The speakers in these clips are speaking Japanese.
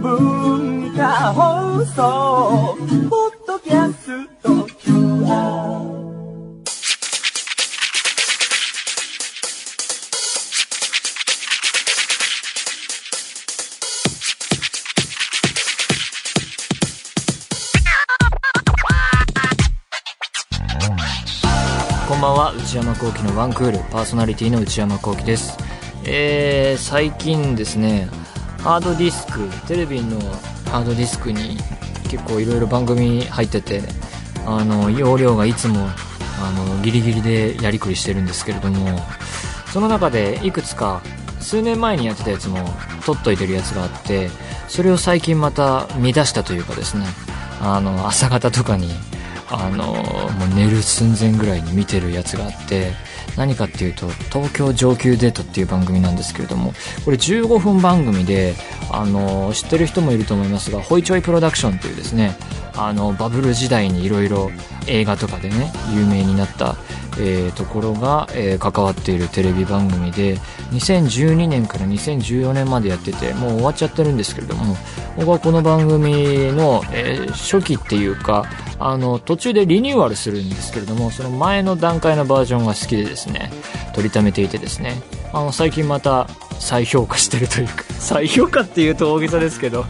文化放送ポッドキャスト QR こんばんは内山聖輝のワンクールパーソナリティの内山聖輝ですえー、最近ですねハードディスクテレビのハードディスクに結構いろいろ番組入っててあの容量がいつもあのギリギリでやりくりしてるんですけれどもその中でいくつか数年前にやってたやつも取っといてるやつがあってそれを最近また見出したというかですねあの朝方とかにあのもう寝る寸前ぐらいに見てるやつがあって何かっていうと「東京上級デート」っていう番組なんですけれどもこれ15分番組であの知ってる人もいると思いますがホイチョイプロダクションっていうですねあのバブル時代にいろいろ映画とかでね有名になった、えーところが、えー関わっているテレビ番組で2012年から2014年までやっててもう終わっちゃってるんですけれども僕はこの番組の、えー初期っていうかあの途中でリニューアルするんですけれどもその前の段階のバージョンが好きでですね取りためていてですねあの最近また再評価してるというか 再評価っていうと大げさですけど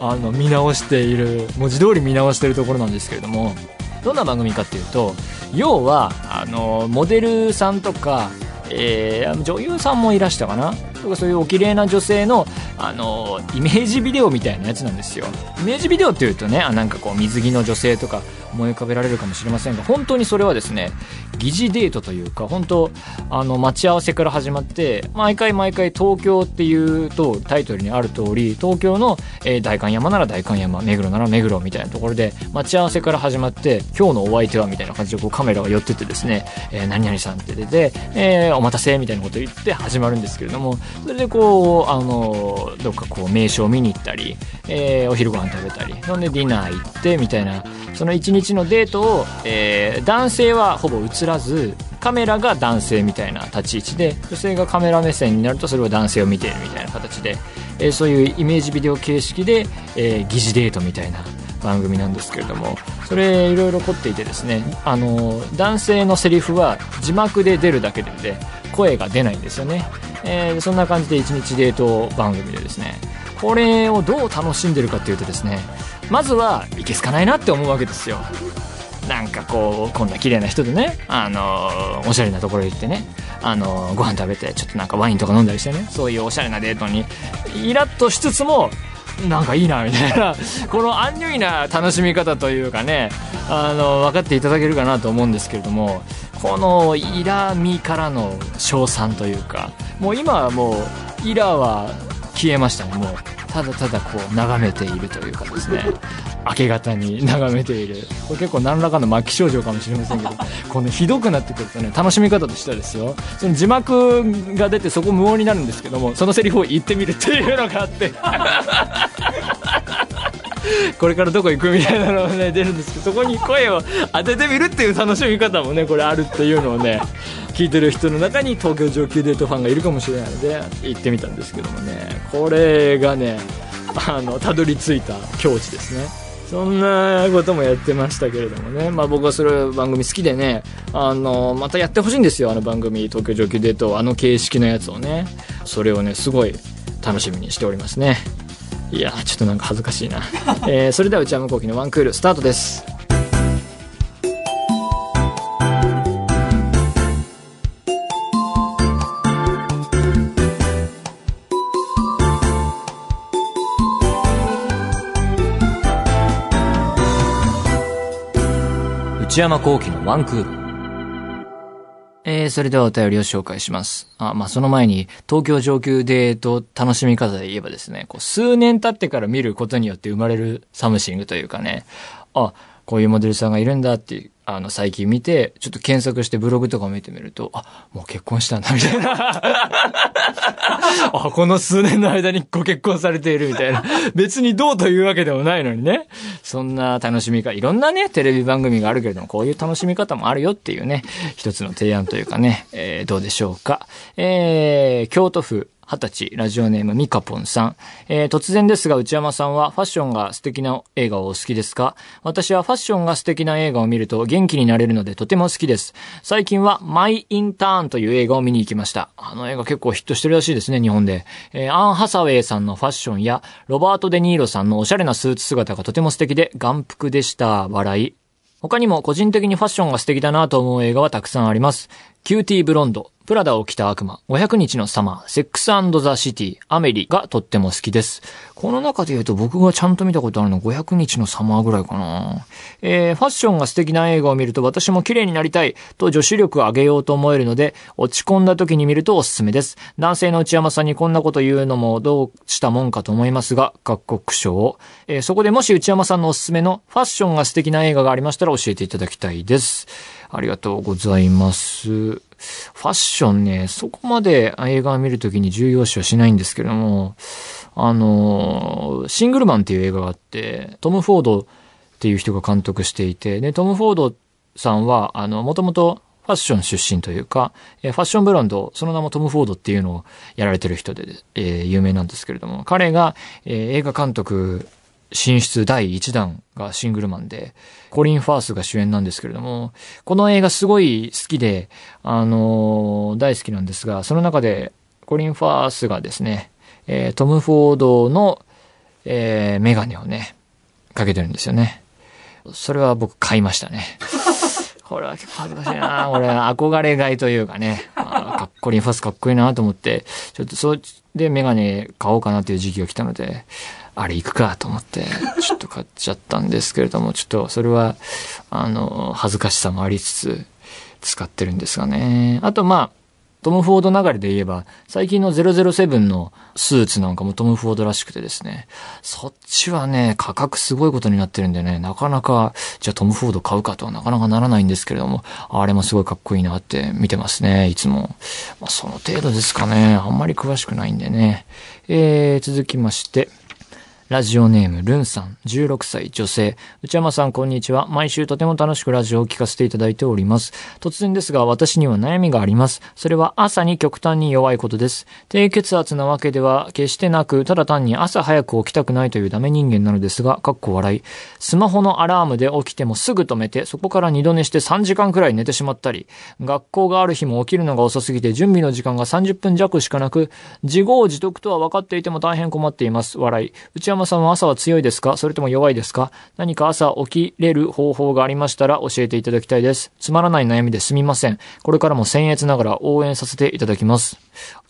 あの見直している文字通り見直しているところなんですけれどもどんな番組かっていうと要はあのモデルさんとか、えー女優さんもいらしたかなとかそういうお綺麗な女性のあのイメージビデオみたいなやつなんですよイメージビデオっていうとねあなんかこう水着の女性とか思い浮かべられるかもしれませんが本当にそれはですね疑似デートというか本当あの待ち合わせから始まって毎回毎回東京っていうとタイトルにある通り東京の、えー代官山なら代官山目黒なら目黒みたいなところで待ち合わせから始まって今日のお相手はみたいな感じでこうカメラが寄ってってですね、えー何々さんって出て、えーお待たせみたいなこと言って始まるんですけれどもそれでこうあのどっかこう名所を見に行ったり、えーお昼ご飯食べたりそんでディナー行ってみたいなその一日のデートを、えー男性はほぼ映らずカメラが男性みたいな立ち位置で女性がカメラ目線になるとそれは男性を見ているみたいな形で、えーそういうイメージビデオ形式で、えー疑似デートみたいな番組なんですけれどもそれいろいろ凝っていてですねあの男性のセリフは字幕で出るだけでで声が出ないんですよね、えーそんな感じで1日デート番組でですねこれをどう楽しんでるかっていうとですねまずはいけすかないなって思うわけですよなんかこうこんな綺麗な人でねあのおしゃれなところへ行ってねあのご飯食べてちょっとなんかワインとか飲んだりしてねそういうおしゃれなデートにイラッとしつつもなんかいいなみたいな このアンニュイな楽しみ方というかねあの分かっていただけるかなと思うんですけれどもこのイラみからの称賛というかもう今はもうイラは消えましたねもうただただこう眺めているというかですね明け方に眺めているこれ結構何らかの末期症状かもしれませんけどこのひどくなってくるとね楽しみ方としてはですよその字幕が出てそこ無音になるんですけどもそのセリフを言ってみるっていうのがあってこれからどこ行くみたいなのがね出るんですけどそこに声を当ててみるっていう楽しみ方もねこれあるっていうのをね聞いてる人の中に東京上級デートファンがいるかもしれないので行ってみたんですけどもねこれがねあのたどり着いた境地ですねそんなこともやってましたけれどもね、まあ、僕はそれ番組好きでねあのまたやってほしいんですよあの番組東京上級デートあの形式のやつをねそれをねすごい楽しみにしておりますねいやーちょっとなんか恥ずかしいな、 えーそれでは内山聖輝のワンクールスタートです内山聖輝のワンクールえー、それではお便りを紹介します。あ、まあ、その前に、東京上級デート楽しみ方で言えばですね、こう、数年経ってから見ることによって生まれるサムシングというかね、あ、こういうモデルさんがいるんだって、あの、最近見て、ちょっと検索してブログとか見てみると、あ、もう結婚したんだ、みたいな。あ、この数年の間にご結婚されているみたいな。別にどうというわけでもないのにね。そんな楽しみか、いろんなね、テレビ番組があるけれども、こういう楽しみ方もあるよっていうね、一つの提案というかね、えーどうでしょうか。えー、京都府、二十歳、ラジオネームみかぽんさん。えー、突然ですが、内山さんはファッションが素敵な映画をお好きですか私はファッションが素敵な映画を見ると元気になれるのでとても好きです。最近はマイ・インターンという映画を見に行きました。あの映画結構ヒットしてるらしいですね、日本で。えー、アン・ハサウェイさんのファッションや、ロバート・デ・ニーロさんのおしゃれなスーツ姿がとても素敵で、眼福でした。笑い。他にも個人的にファッションが素敵だなと思う映画はたくさんあります。キューティーブロンド、プラダを着た悪魔、500日のサマー、セックスザ・シティ、アメリがとっても好きです。この中で言うと僕がちゃんと見たことあるの500日のサマーぐらいかな。えー、ファッションが素敵な映画を見ると私も綺麗になりたいと女子力を上げようと思えるので、落ち込んだ時に見るとおすすめです。男性の内山さんにこんなこと言うのもどうしたもんかと思いますが、各国賞。えー、そこでもし内山さんのおすすめのファッションが素敵な映画がありましたら教えていただきたいです。ありがとうございます。ファッションね、そこまで映画を見るときに重要視はしないんですけども、あのー、シングルマンっていう映画があって、トム・フォードっていう人が監督していて、で、トム・フォードさんは、あの、もともとファッション出身というか、えーファッションブランド、その名もトム・フォードっていうのをやられてる人で、えー有名なんですけれども、彼が、えー映画監督進出第1弾がシングルマンで、コリン・ファースが主演なんですけれども、この映画すごい好きで、あのー大好きなんですが、その中でコリン・ファースがですね、えートム・フォードの、えーメガネをね、かけてるんですよね。それは僕買いましたね。これは結構恥ずかしいな俺、憧れ買いというかね。あーかっこいい、ファスかっこいいなと思って、ちょっとそう、でメガネ買おうかなという時期が来たので、あれ行くかと思って、ちょっと買っちゃったんですけれども、ちょっとそれは、あの、恥ずかしさもありつつ、使ってるんですがね。あと、まあ、トム・フォード流れで言えば、最近の007のスーツなんかもトム・フォードらしくてですね、そっちはね、価格すごいことになってるんでね、なかなか、じゃあトム・フォード買うかとはなかなかならないんですけれども、あれもすごいかっこいいなって見てますね、いつも。まあ、その程度ですかね、あんまり詳しくないんでね。えー、続きまして、ラジオネーム、ルンさん、16歳、女性。内山さん、こんにちは。毎週とても楽しくラジオを聞かせていただいております。突然ですが、私には悩みがあります。それは朝に極端に弱いことです。低血圧なわけでは決してなく、ただ単に朝早く起きたくないというダメ人間なのですが、かっこ笑い。スマホのアラームで起きてもすぐ止めて、そこから二度寝して3時間くらい寝てしまったり、学校がある日も起きるのが遅すぎて準備の時間が30分弱しかなく、自業自得とは分かっていても大変困っています。笑い。内山さんは朝は強いですかそれとも弱いですか何か朝起きれる方法がありましたら教えていただきたいです。つまらない悩みですみません。これからも僭越ながら応援させていただきます。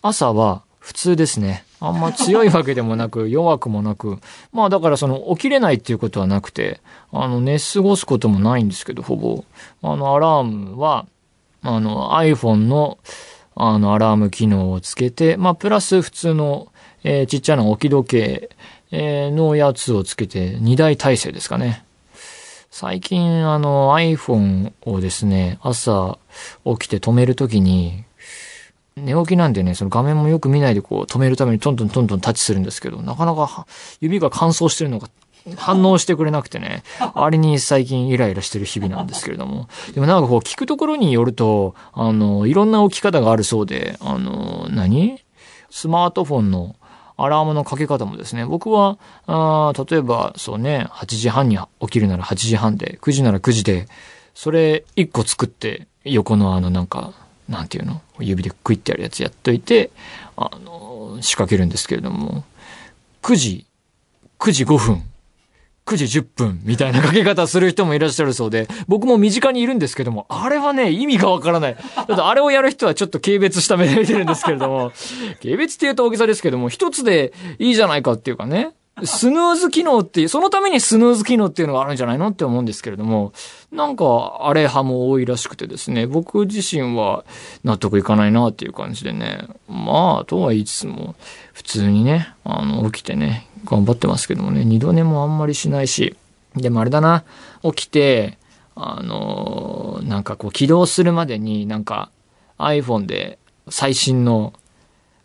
朝は普通ですね。あんま強いわけでもなく、 弱くもなく、まあだからその起きれないっていうことはなくて、あの寝過ごすこともないんですけど、ほぼ。あのアラームは、あの iPhone のあのアラーム機能をつけて、まあプラス普通の、えーちっちゃな置き時計、えーのやつをつけて2台体制ですかね。最近あの iPhone をですね、朝起きて止めるときに、寝起きなんでね、その画面もよく見ないでこう止めるためにトントントントンタッチするんですけど、なかなかは指が乾燥してるのが反応してくれなくてね、あれに最近イライラしてる日々なんですけれども。でもなんかこう聞くところによると、あの、いろんな置き方があるそうで、あの、何スマートフォンのアラームのかけ方もですね、僕は、あー例えば、そうね、8時半に起きるなら8時半で、9時なら9時で、それ1個作って、横のあのなんか、なんていうの指でクイってやるやつやっといて、あの、仕掛けるんですけれども、9時、9時5分、9時10分みたいなかけ方する人もいらっしゃるそうで、僕も身近にいるんですけども、あれはね、意味がわからない。だってあれをやる人はちょっと軽蔑した目で見てるんですけれども、 軽蔑って言うと大げさですけども、一つでいいじゃないかっていうかね、スヌーズ機能っていう、そのためにスヌーズ機能っていうのがあるんじゃないのって思うんですけれども、なんか、あれ派も多いらしくてですね、僕自身は納得いかないなっていう感じでね、まあ、とは言いつつも、普通にね、あの、起きてね、頑張ってますけどもね、二度寝もあんまりしないし、でもあれだな、起きて、あの、なんかこう、起動するまでになんか、iPhone で最新の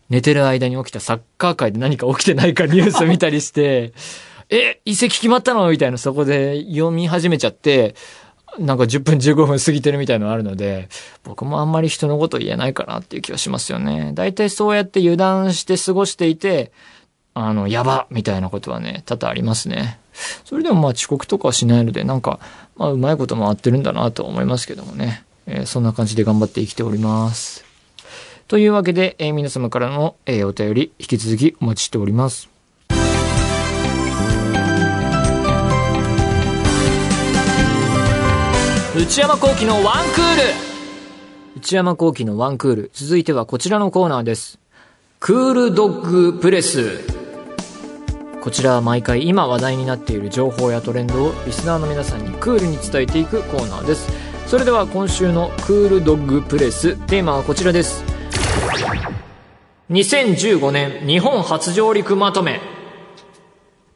寝てる間に起きたサッカー界で何か起きてないかニュース見たりして、え、移籍決まったのみたいなそこで読み始めちゃって、なんか10分15分過ぎてるみたいのがあるので、僕もあんまり人のこと言えないかなっていう気はしますよね。大体そうやって油断して過ごしていて、あの、やばみたいなことはね、多々ありますね。それでもまあ遅刻とかはしないので、なんか、まあうまいこと回ってるんだなとは思いますけどもね。えーそんな感じで頑張って生きております。というわけで、えー皆様からの、えーお便り、引き続きお待ちしております。内山幸喜のワンクール内山幸喜のワンクール。続いてはこちらのコーナーです。クールドッグプレス。こちらは毎回今話題になっている情報やトレンドをリスナーの皆さんにクールに伝えていくコーナーです。それでは今週のクールドッグプレス。テーマはこちらです。2015年日本初上陸まとめ。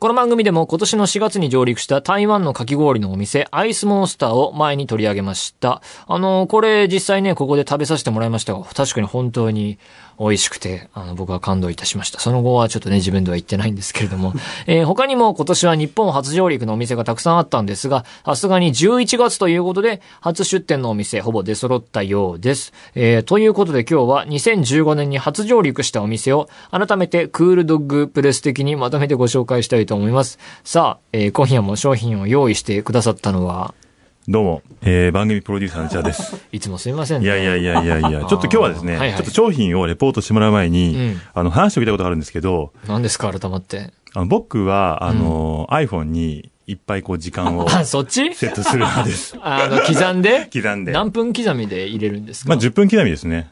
この番組でも今年の4月に上陸した台湾のかき氷のお店、アイスモンスターを前に取り上げました。あの、これ実際ね、ここで食べさせてもらいましたが、確かに本当に美味しくて、あの、僕は感動いたしました。その後はちょっとね、自分では行ってないんですけれども、えー他にも今年は日本初上陸のお店がたくさんあったんですが、さすがに11月ということで、初出店のお店ほぼ出揃ったようです。えーということで今日は2015年に初上陸したお店を、改めてクールドッグプレス的にまとめてご紹介したいと思います。さあ、えー今夜も商品を用意してくださったのは、どうも、えー、番組プロデューサーの千田です。いつもすみませんいね。やいやいやいやいや、ちょっと今日はですね、はいはいちょっと商品をレポートしてもらう前に、うんあの、話しておきたいことがあるんですけど、何ですか、改まって。あの僕は、あの、iPhone にいっぱいこう時間を あ、そっちセットする派です。あの、刻んで 刻んで。ま何分刻みで入れるんですかあ、10分刻みですね。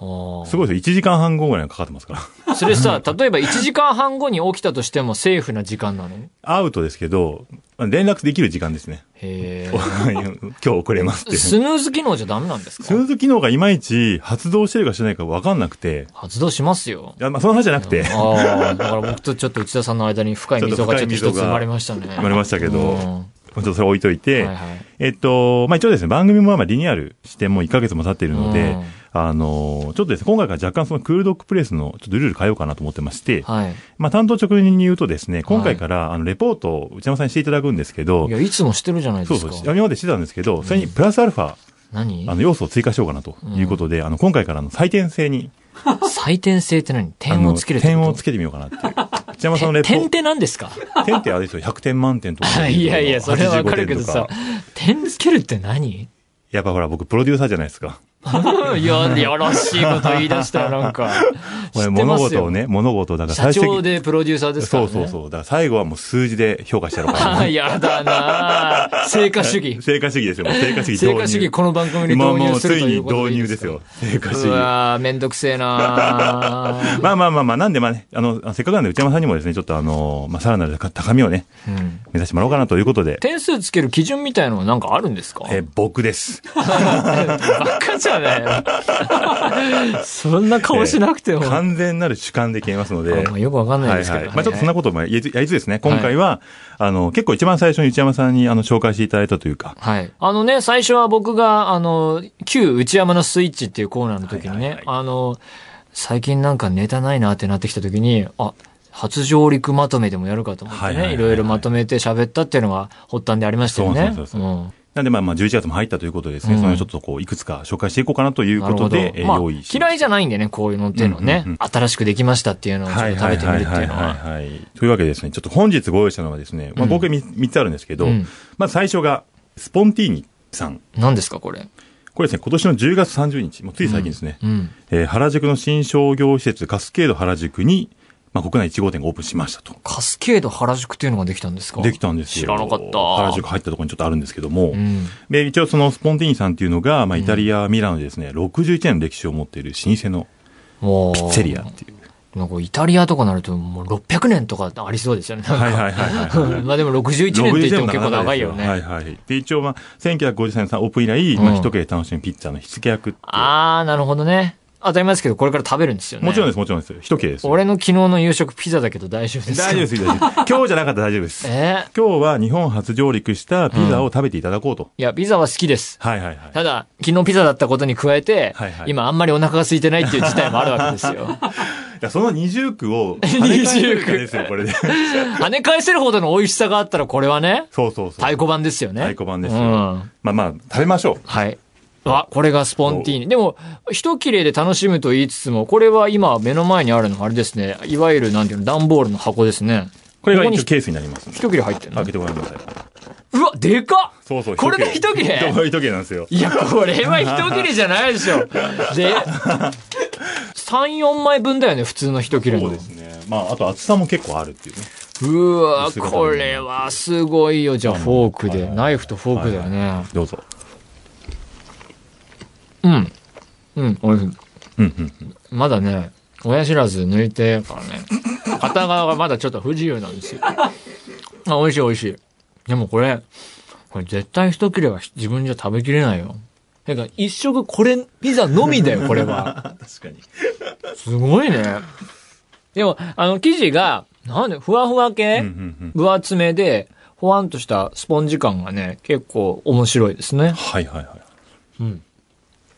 あーすごいですよ。1時間半後ぐらいかかってますから。それさ、例えば1時間半後に起きたとしてもセーフな時間なのアウトですけど、連絡できる時間ですね。 へ今え。日遅れますって。ススヌーズ機能じゃダメなんですかヌーズ機能がいまいち発動してるかしてないかわかんなくて、発動しますよ。いやまあ、その話じゃなくて、ああ、だから僕とちょっと内田さんの間に深い溝がちょっと一つ生まれましたね。生まれましたけどうんちょっとそれ置いといて、はいはいえっと、まあ、一応ですね、番組もまあリニューアルしてもう1ヶ月も経っているので、うんあのーちょっとですね、今回から若干そのクールドッグプレイスのちょっとルール変えようかなと思ってまして、はい。まあ、担当直入に言うとですね、今回からあのレポートを内山さんにしていただくんですけど、いや、いつもしてるじゃないそでうすそうか。、今までしてたんですけど、それにプラスアルファ、何あの、要素を追加しようかなということで、あの、今回からあの採点制に、採点制って何あ点のをつける点をつけけてみようかなっ ていう。内山さんのレポ点っーて何ですかト、点ってあれですよ、100点満点と か。いやいや、それはわかるけど85点さとか。、点つけるって何やっぱほら、僕プロデューサーじゃないですか。いや、よろしいこと言い出したらなんか。知っ俺て物ます事よを。ね、物事を、だから社最終的長でプロデューサーですからそね。うそうそう。だから最後はもう数字で評価してやろうかあ やだなぁ成果主義な。。成果主義ですよ、もう成果主義導入。成果主義この番組にもう導も入うすつるいとにいうこと導でいい入でですすかよ、成果主う義。わぁ、めんどくせえなぁまあまあまあまあ、なんでまあね、あの、せっかくなんで内山さんにもですね、ちょっとあの、まあさらなる高みをね、うん目指してもらおうかなということで、 点数つける基準みたいのはなんかあるんですかえ、僕です。バカじゃない。 そんな顔しなくても。あ完全なる主観で決めますので。まあよくわかんないはでいすけはいど。。まあちょっとそんなこともやりつやりつつですね、今回は、あの、結構一番最初に内山さんにあの、紹介していただいたというか、はい。あのね、最初は僕が、あの、旧内山のスイッチっていうコーナーの時にね、はいはいあの、最近なんかネタないなってなってきた時に、あ、初上陸まとめでもやるかと思ってね、はいいはいはいはいろいろまとめて喋ったっていうのが発端でありましたよね。そうそうそうそんなんでまあまあ11月も入ったということでですね、うんそのちょっとこういくつか紹介していこうかなというなるこほとどで、えーまあ用意し嫌いじゃないんでね、こういうのっていうのはね、うんうん新しくできましたっていうのをちょっと食べてみるっていうのは。はいはいはいはいはいというわけでですね、ちょっと本日ご用意したのはですね、まあ、うん合計 3, つあるんですけど、うんまず最初が、スポンティーニさん。何ですか、これ。これですね、今年の10月30日、もうつい最近ですね、うん。えー原宿の新商業施設カスケード原宿に、まあ、国内1号店がオープンしましたと。カスケード原宿っていうのができたんですかできたんですよ。知らなかった。原宿入ったところにちょっとあるんですけども、うん。で、一応そのスポンティーニさんっていうのが、まあ、イタリア、ミラノでですね、61年の歴史を持っている老舗のもう。ピッツェリアっていう。なんかイタリアとかなるともう600年とかありそうですよね。なんかはいはいはいはいは い、まあでも61年って言っても結構長いよはねい。はい。で、一応、まあ、1953年オープン以来、まうあ、ん一家で楽しむピッチャーの火付け役って。あー、なるほどね。当たり前ですけど、これから食べるんですよね。。もちろんですす、もちろんです。一家です。俺の昨日の夕食ピザだけど大丈夫ですか大丈夫です、大丈夫です。今日じゃなかったら大丈夫です。 えー今日は日本初上陸したピザを食べていただこうと。いや、ピザは好きです。はいはいはい。ただ、昨日ピザだったことに加えて、はいはい 今あんまりお腹が空いてないっていう事態もあるわけですよ。や、その二重苦を、二重苦跳ね返せる かですよ、これで。跳ね返せるほどの美味しさがあったら、これはね、そうそうそう。太鼓判ですよね。太鼓判ですうよん。まあまあ、食べましょう。はい。あ、これがスポンティーニ。でも、一切れで楽しむと言いつつも、これは今目の前にあるのはあれですね。いわゆる、なんていうの、段ボールの箱ですね。これがここに一応ケースになりますんで。一切れ入ってるの開けてごらんください。うわ、でかっそうそう。これが一切れこれ一切れなんですよ。いや、これは一切れじゃないでしょ。 で、3、4枚分だよね、普通の一切れそうので。すね。まあ、あと厚さも結構あるっていうね。うわ、薄型これはすごいよ。じゃあ、フォークで。ナイフとフォークだよね。どうぞ。うん。うん、おいしい。うんうんうん。まだね、親知らず抜いてから ね、片側がまだちょっと不自由なんですよ。あ、美味しい美味しい。でもこれ、これ絶対一切れは自分じゃ食べきれないよ。てか、一食これ、ピザのみだよ、これは。 確かに。すごいね。でも、あの、生地が、なんで、ふわふわ系、うんうんうん。分厚めで、ほわんとしたスポンジ感がね、結構面白いですね。はいはいは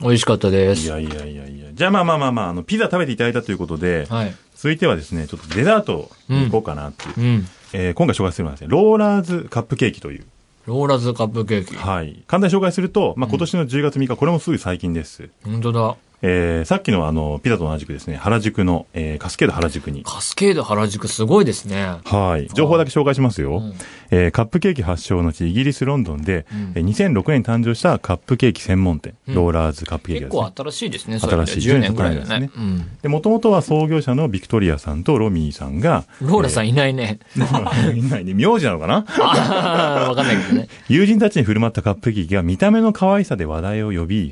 美味しかったでい。いす。やいやいやいや。じゃあまあまあまあまあ、あの、ピザ食べていただいたということで、はい。続いてはですね、ちょっとデザートに行こうかなっていう。うん。えー今回紹介するのはですね、ローラーズカップケーキという。ローラーズカップケーキ。はい。簡単に紹介すると、まあ今年の10月3日、これもすぐ最近です。本当だ。えーさっきのあの、ピザと同じくですね、原宿の、えーカスケード原宿に。カスケード原宿すごいですね。はい。情報だけ紹介しますよ。うんえーカップケーキ発祥の地、イギリス・ロンドンで、うんえー2006年に誕生したカップケーキ専門店、うんローラーズカップケーキ結です、ね構。新しいですね、新しいそうう意味では10 10年年ぐらいだくらいねで。すうんで、もともとは創業者のビクトリアさんとロミーさん が、ローラさんいない ね。えーいないね、名字なのかなあーわかんないけどね。友人たちに振る舞ったカップケーキが見た目の可愛さで話題を呼び、へ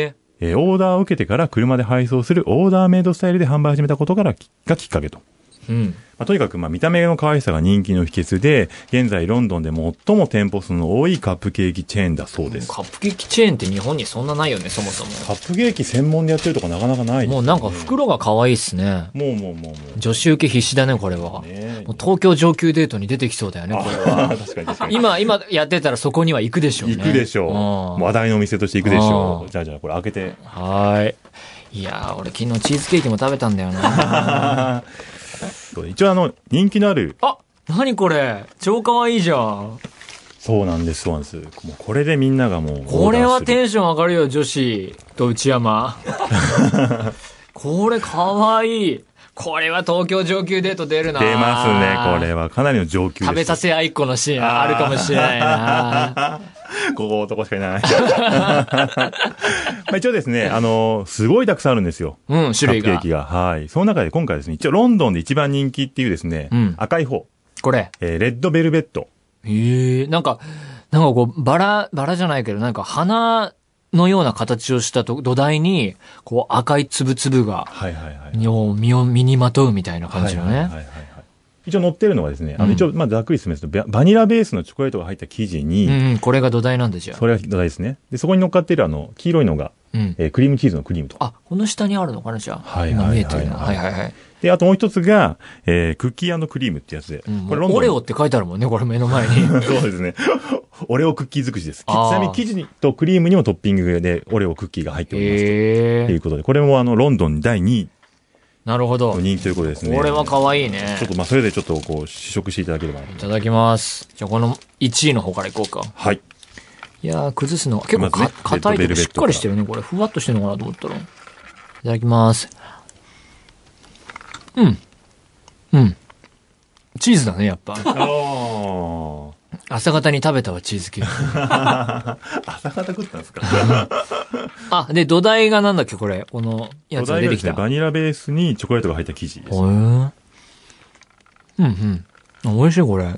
え。えーオーダーを受けてから車で配送するオーダーメイドスタイルで販売を始めたことからきがきっかけと。うん。まあ、とにかく、まあ、見た目の可愛さが人気の秘訣で、現在ロンドンで最も店舗数の多いカップケーキチェーンだそうです。カップケーキチェーンって日本にそんなないよね、そもそも。カップケーキ専門でやってるとかなかなかないですねもうなんか袋が可愛いっすね。もうもうもうもう。女子受け必死だね、これは。ねもう東京上級デートに出てきそうだよね、これは。あー確かに 確かに。今、今やってたらそこには行くでしょうね。行くでしょう。うん話題のお店として行くでしょうんう。じゃあじゃあこれ開けて。はーい。いやー、俺昨日チーズケーキも食べたんだよ な。そう一応あの、人気のある、あ何これ超可愛いじゃん。そうなんです、そうなんです。もうこれでみんながもう、これはテ天ンション上がるよ、女子と内 山。これかわいい。これは東京上級デート出るな。出ますね、これは。かなりの上級です。食べさせ合いっ子のシーンあるかもしれないな。 ここ男しかい ない。まあ一応ですね、あの、すごいたくさんあるんですよ。うん、種類カッがプケーキ。が。はい。その中で今回ですね、一応ロンドンで一番人気っていうですね、うん赤い方、これ。えーレッドベルベット。へえ、なんか、なんかこう、バラ、バラじゃないけど、なんか花のような形をしたと土台に、こう赤い粒々が、はいはいはい。よう身を身にまとうみたいな感じのはいはいね。はいはいはい一応乗ってるのはですね、あうんの一応、まあ、ざっくり説明すると、ババニラベースのチョコレートが入った生地に、うんうん、これが土台なんでじゃあそれが土台ですね。で、そこに乗っかっているあの、黄色いのが、うん。えークリームチーズのクリームと。あ、この下にあるのかな、じゃあ。はい今はい見はえいてるの。ははいいはいはい。で、あともう一つが、えークッキークリームってやつで、うんこれオレオって書いてあるもんね、これ目の 前に。そうですね。オレオクッキー尽くしです。ちあーなみに生地にとクリームにもトッピングでオレオクッキーが入っておりますと。へといえ。うことで、これもあの、ロンドン第2位なるほど。のこ人気ということですね。れは可愛いねちょっ。とまあ、それでちょっとこう、試食していただければなといただきます。じゃあこの1位の方からいこうか。はい。いやー、崩すの結構かまずね硬いレけどッドベルしベッっトかりしてるね、これ。ふわっとしてるのかなと思ったら。いただきます。うん。うん。チーズだね、やっぱ。ああ。 朝方に食べたわ、チーズケーキ。朝方食ったんですかあ、で、土台がなんだっけ、これ。このやつが出てきた。バニラベースにチョコレートが入った生地です。へえ。うんうん。あ美味しい、これ。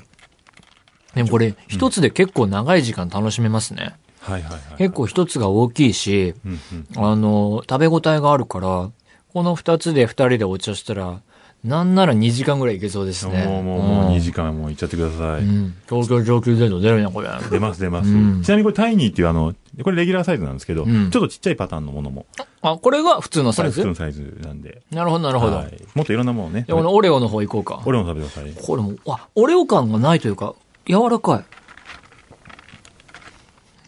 でもこれ、一つで結構長い時間楽しめますね。はいはいはい。結構一つが大きいし、うんうん。あの、食べ応えがあるから、この二つで二人でお茶したら、なんなら2時間ぐらいいけそうですね。もうもうもう2間。時間もう行っちゃってください。うん。東京上級デート出るね、これ。出ます出ます、うんちなみにこれタイニーっていうあの、これレギュラーサイズなんですけど、うんちょっとちっちゃいパターンのものも。あ、これが普通のこサれイ普通ズのサイズなんで。なるほど、なるほど。はい。もっといろんなものをね。で、このオレオの方行こうか。俺も食べてください。これも、あ、オレオ感がないというか、柔らか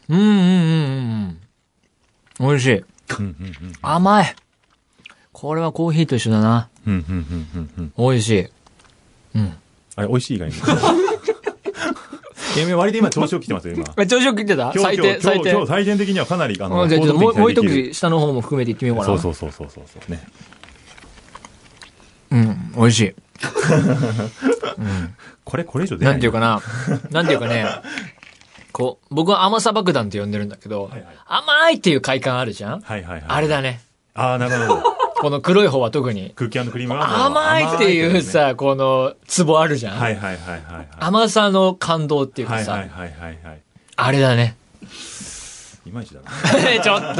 い。うんうんうんうんうん。美味しい。うんうんうん。甘い。これはコーヒーと一緒だな。うん、うん、うん、うんうん。美味しい。うん。あれ、美味しい以外に。 ゲーム割で今、調子をきてますよ、今。え、朝食切ってた 今日、最今日、低、今最日、低。今日、最低的にはかなり、あうの、んじゃあちょっともう、もう一高得点に口下の方も含めていってみようかな。そうそうそうそうそうそうね。うん、美味しい。これ、これ以上出ない。なんていうかな。なんていうか ね。こう、僕は甘さ爆弾って呼んでるんだけど、はいはい甘いっていう快感あるじゃん、はいはいはい。あれ。だね。ああ、なるほ ど。この黒い方は特に。クッキークリームがもう甘いってい甘うですねさ、この、ツボあるじゃん、はいはいはいはいはい。甘さの感動っていうはかいさ、はいはいはいはい。あれだね。 いまいちだな。ちょっ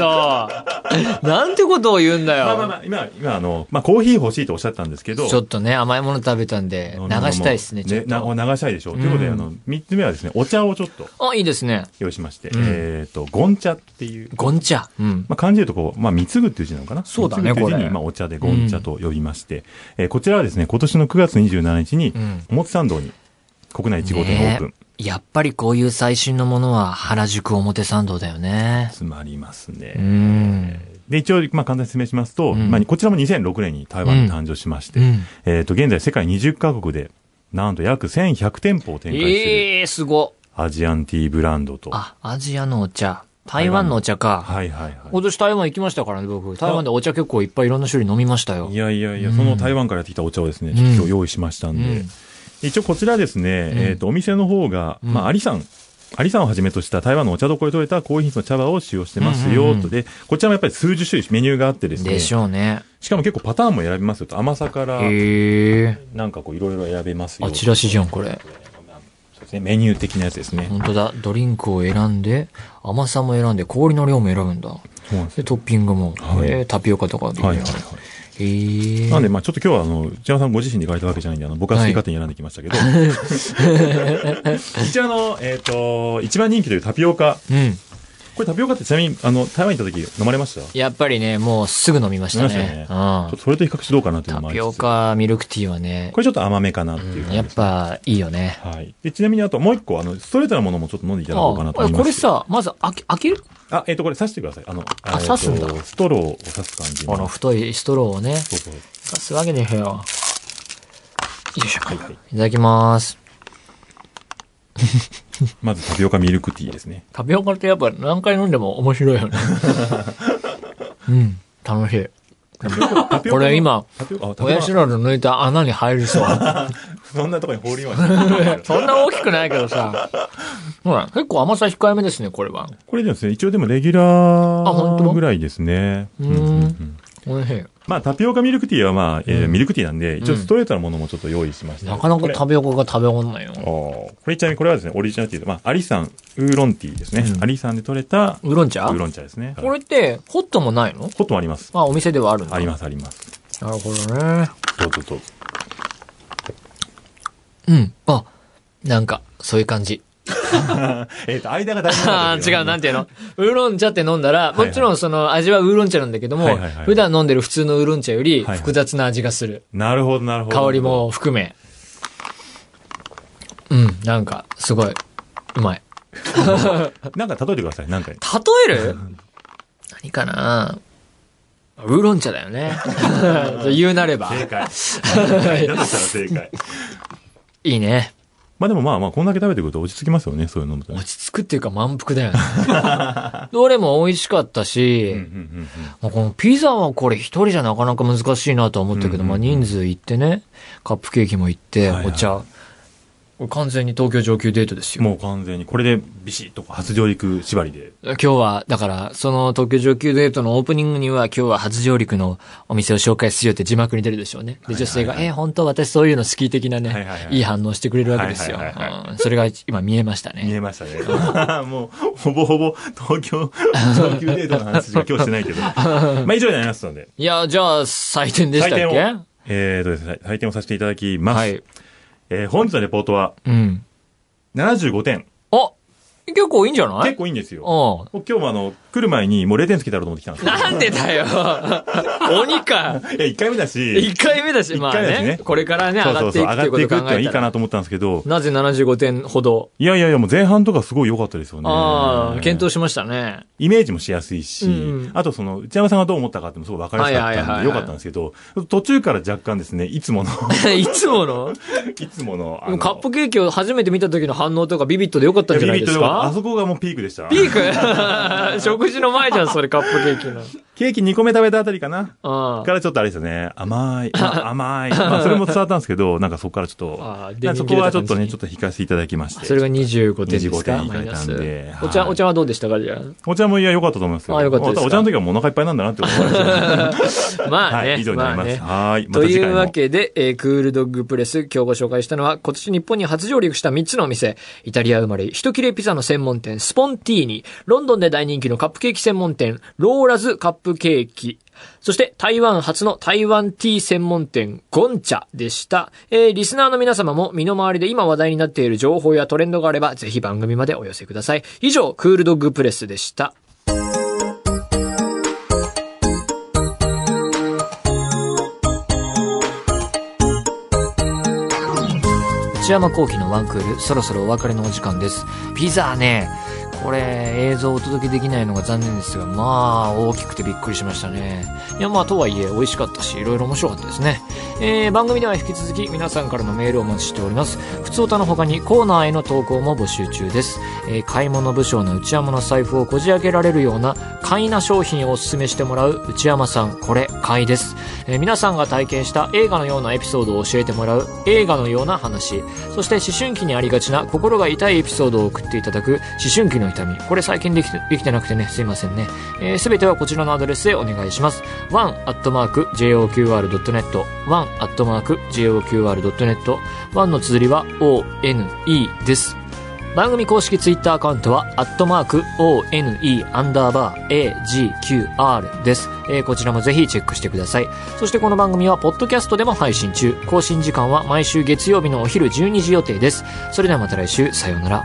と、なんてことを言うんだよ。まあまあまあ、今、今あの、まあコーヒー欲しいとおっしゃったんですけど。ちょっとね、甘いもの食べたんで、あ流のしたいですね、ちょっなおと。流したいでしょう。ということで、うんあの、三つ目はですね、お茶をちょっとあ、いいですね。用意しましんて、えっと、ゴン茶っていう。ゴンチャ。うん。まあ、漢字で言うとこう、まあ、貢ぐっていう字なのかなそうだね貢ぐっていこう字に、れまあ、お茶でゴン茶と呼びまして、えーこちらはですね、今年の9月27日にん、表参道に国内1号店オープン。ねえやっぱりこういう最新のものは原宿表参道だよね。詰まりますね。うん。で、一応、まあ、簡単に説明しますと、うんまあ、こちらも2006年に台湾に誕生しまして、うんえっ、と、現在世界20カ国で、なんと約1100店舗を展開するええすご。アジアンティーブランドと。はあ、アジアのお茶。台湾のお茶か。いはいは今年台湾行きましたからね、僕。台湾でお茶結構いっぱいいろんな種類飲みましたよい。い。やいやいや、その台湾からやってきたお茶をですね、んちょっと今日用意しましたんで、うん一応こちらですね、うんえっ、と、お店の方が、うんまあ、アリさん、アリさんをはじめとした台湾のお茶どころで取れた高品質の茶葉を使用してますうよ、んうんうんとで、こちらもやっぱり数十種類メニューがあってですね、でしょうね。しかも結構パターンも選びますよと、甘さから、ええなんかこういろいろ選べますよ。あ、チラシじゃん、これ。そうですね、メニュー的なやつですね。本当だ。ドリンクを選んで、甘さも選んで、氷の量も選ぶんだ。そうなんですで、トッピングも、はいえータピオカとかできるはいよはいはい。えーなんで、まあちょっと今日は、あの、内山さんご自身で書いたわけじゃないんで、あの、僕は好き勝手に選んできましたけど、 一応あの、えっ、と、一番人気というタピオカ。うん。これタピオカってちなみに、あの、台湾に行った時飲まれましたやっぱりね、もうすぐ飲みまし飲みたましたよねね。。ちょっとそれと比較してどうかなといううのん。タもありピオつつ。カミルクティーはねこ、れちょっと甘めかなっていううん感じやでっす。ぱいいよね。はい。で、ちなみにあともう一個、あの、ストレートなものもちょっと飲んでいただこうかなと思います。これ。さ、まず開け、開けるあ、えっ、と、これ刺してください。あの、えーと刺すんだストローを刺す感じの。この太いストローをね、そうそう。出すわけねえよ。よいしょ。はいいはい。ただきます。まずタピオカミルクティーですね。タピオカってやっぱ何回飲んでも面白い よね。うん、楽しい。タピオカタピオこカのれ今タピオカあタピオカ親知らず抜いた穴に入りそう。 そんなとこに放りはしないそんな大きくないけどさ。ほら、結構甘さ控えめですね、これは。これですね、一応でもレギュあ本ラ当ーぐらいですね。うーうんうんうんん。美味しい。まあ、タピオカミルクティーはまあ、えーミルクティーなんで、一う応んストレートなものもちょっと用意しました。なかなこかれタピオカが食べ終わんないよ。あーこれちなみにこれはですね、オリジナルティーで、まあ、アリ産ウーロンティーですね。うんアリ産で取れたウウーロン茶ーロン茶ですね。これって、ホットもないのホットもあります。あ、お店ではあるんだ。ありますあります。なるほどね。どうぞどうぞ。うん。あ、なんか、そういう感 じ。 えっと、間が大事あなんですーよ 違う、なんていうのウーロン茶って飲んだら、いはいもちろんその味はウーロン茶なんだけども、はいはいはい普段飲んでる普通のウーロン茶よりはいはい複雑な味がする。なるほどなるほど。香り。も含め。うん、なんか、すごい、うまい。なんか例えてください、なんか。例え る何かなウーロン茶だよね。 言うな れば。正解。だとしたら正解。いいね。まあでもまあまあ、こんだけ食べてくると落ち着きますよね、そういうのむとね落。ち着くっていうか満腹だよね。 どれも美味しかったし、うんうんうんまあこのピザはこれ一人じゃなかなか難しいなとは思ったけど、うんうんうんまあ人数行ってね、カップケーキも行って、はいはいお茶。これ完全に東京上級デートですよ。もう完全に、これでビシッと初上陸縛りで。今日は、だから、その東京上級デートのオープニングには、今日は初上陸のお店を紹介するよって字幕に出るでしょうね。で、女性が、えー、本当私そういうの好き的なね、はいいはいいはい反応してくれるわけですよ。はいはいはいはうんそれが今見えました見ね。えましたね。 もう、ほぼほぼ東京、上級デートの話しか今日してないけど。 まあ以上になりますので。いや、じゃあ、採点でしたっけ採点を。えーとですね、採点をさせていただきます。はい。えー本日のレポートはうん。 75点。あ結構いいんじゃない結構いいんですよ。構。うん。今日もあの、来る前にもう0点つけたろうと思ってきたんですよ。なんでだ よ鬼かいや、1回目だし、 !1 回目だし、一まあ回だしねね、これからね、そ上うそがうってそう、い上くということがっていくってを考えのはいいたからなと思ったんですけど、なぜ75点ほど。いやいやいや、もう前半とかすごい良かったですよね。ああ、検討しましたね。 イメージもしやすいし、うんうんあとその、内山さんがどう思ったかってもすごい分かりやすかはいはいはいったんはいで、良かったんですけど、途中から若干ですね、いつもの、 いつものいつもの、あでもの、カップケーキを初めて見た時の反応とかビビットでよかったんじゃないですビビッとあかそこがもうピークでした。ピーク 食事の前じゃん、それカップケーキの。ケーキ2個目食べたあたりかなあからちょっとあれですよね、甘い、 あ甘い。まあ、それも伝わったんですけど、なんかそこからちょっとあー、でなんかそこはちょっとね、人気出た感じちょっと引かせていただきまして。あ。それが25点ですか25点いマただイいナたんスではい。お茶、お茶はどうでしたかじゃお茶もいや、良かったと思いますよ。あ良かったですかお茶の時はもうお腹いっぱいなんだなって思いました。 あ。まあはい、以ね上。になまりあます。ね。はい。まとたい次回うもわけで、えークールドッグプレス、今日ご紹介したのは、今年日本に初上陸した3つのお店、イタリア生まれ、一切れピザの専門店、スポンティーニ、ロンドンで大人気のカップケーキ専門店、ローラズカップケーキ、そして台湾初の台湾ティー専門店、ゴンチャでした。えーリスナーの皆様も身の回りで今話題になっている情報やトレンドがあれば、ぜひ番組までお寄せください。以上、クールドッグプレスでした。内山幸喜のワンクール、そろそろお別れのお時間です。ピザね、これ映像をお届けできないのが残念ですが、まあ大きくてびっくりしましたね。いやまあとはいえ美味しかったし、いろいろ面白かったですね。えー番組では引き続き皆さんからのメールをお待ちしております。普通歌の他にコーナーへの投稿も募集中です。えー買い物部署の内山の財布をこじ開けられるような買いな商品をおすすめしてもらう内山さん、これ買いです。えー皆さんが体験した映画のようなエピソードを教えてもらう映画のような話そして思春期にありがちな心が痛いエピソードを送っていただく思春期の痛みこれ最近できてできてなくてねすいませんね、えー、全てはこちらのアドレスへお願いします one.joqr.net one.joqr.net one の綴りは one です番組公式ツイッターアカウントは、アットマーク、one, アンダーバー、agqr です。えーこちらもぜひチェックしてください。そしてこの番組は、ポッドキャストでも配信中。更新時間は毎週月曜日のお昼12時予定です。それではまた来週、さようなら。